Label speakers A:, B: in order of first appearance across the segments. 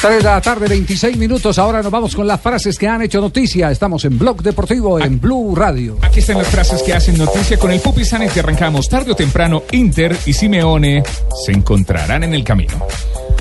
A: 3 de la tarde, 26 minutos. Ahora nos vamos con las frases que han hecho noticia. Estamos en Blog Deportivo, en Blue Radio.
B: Aquí están las frases que hacen noticia con el Pupi Sanes que arrancamos tarde o temprano. Inter y Simeone se encontrarán en el camino.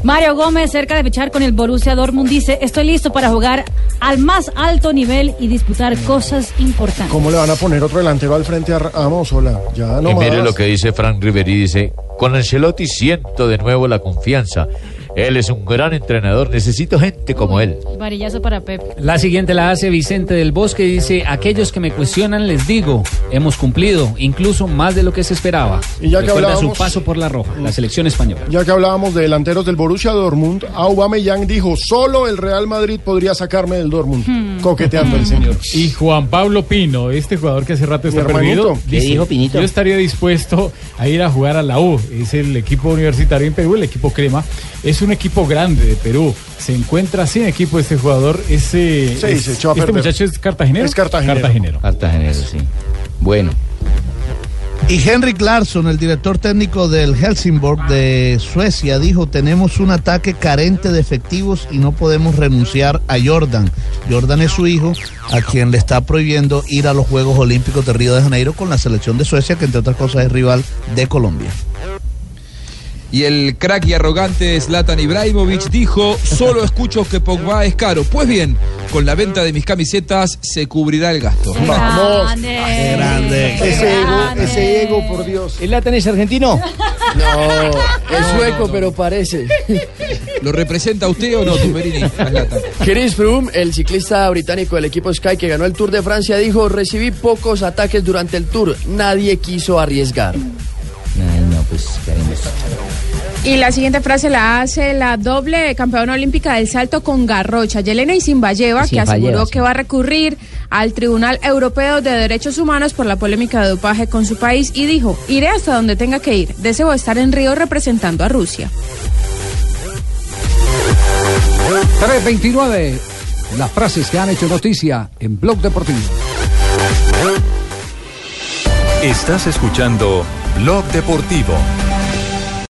C: Mario Gómez, cerca de fichar con el Borussia Dortmund, dice: Estoy listo para jugar al más alto nivel y disputar cosas importantes.
D: ¿Cómo le van a poner otro delantero al frente a, a Mozola? Ya no
E: Y mire
D: más.
E: lo que dice Frank Riveri, dice, con Ancelotti siento de nuevo la confianza. Él es un gran entrenador, necesito gente como él.
C: Varillazo para Pepe.
F: La siguiente la hace Vicente del Bosque y dice, aquellos que me cuestionan les digo, hemos cumplido, incluso más de lo que se esperaba.
D: Y ya que
F: Recuerda su
D: hablábamos-
F: paso por la roja, la selección española.
D: Ya que hablábamos de delanteros del Borussia Dortmund, Aubameyang dijo, solo el Real Madrid podría sacarme del Dortmund.
G: Hmm.
D: Coqueteando el señor.
H: Y Juan Pablo Pino, este jugador que hace rato está
D: hermanito.
H: perdido,
G: ¿Qué dijo Pinito?
H: yo estaría dispuesto a ir a jugar a la U. Es el equipo universitario en Perú, el equipo Crema. Es un equipo grande de Perú. Se encuentra sin equipo este jugador. Ese,
D: Sí,
H: es-
D: se echó a
H: este
D: perder.
H: muchacho es cartagenero.
D: Es cartagenero.
G: Cartagenero, sí. Bueno.
I: Y Henrik Larsson, el director técnico del Helsingborg de Suecia, dijo, tenemos un ataque carente de efectivos y no podemos renunciar a Jordan. Jordan es su hijo, a quien le está prohibiendo ir a los Juegos Olímpicos de Río de Janeiro con la selección de Suecia, que entre otras cosas es rival de Colombia.
J: Y el crack y arrogante Zlatan Ibrahimovic dijo, solo escucho que Pogba es caro. Pues bien, con la venta de mis camisetas se cubrirá el gasto.
C: Qué
D: Vamos.
C: grande,
I: Qué grande.
C: qué
D: Ese ego,
C: grande.
D: ese ego, por Dios.
G: ¿El Latan es argentino?
D: No.
G: Es sueco, pero parece.
J: ¿Lo representa usted o no, Tumberini? a Zlatan?
G: Chris Froome, el ciclista británico del equipo Sky que ganó el Tour de Francia, dijo, recibí pocos ataques durante el Tour. Nadie quiso arriesgar.
A: Ay, no, pues,
K: Y la siguiente frase la hace la doble campeona olímpica del salto con Garrocha, Yelena Isinbayeva, que
G: Isinbayeva,
K: aseguró
G: sí.
K: que va a recurrir al Tribunal Europeo de Derechos Humanos por la polémica de dopaje con su país y dijo, iré hasta donde tenga que ir, deseo estar en Río representando a Rusia.
A: 329. Las frases que han hecho noticia en Blog Deportivo.
L: Estás escuchando Blog Deportivo.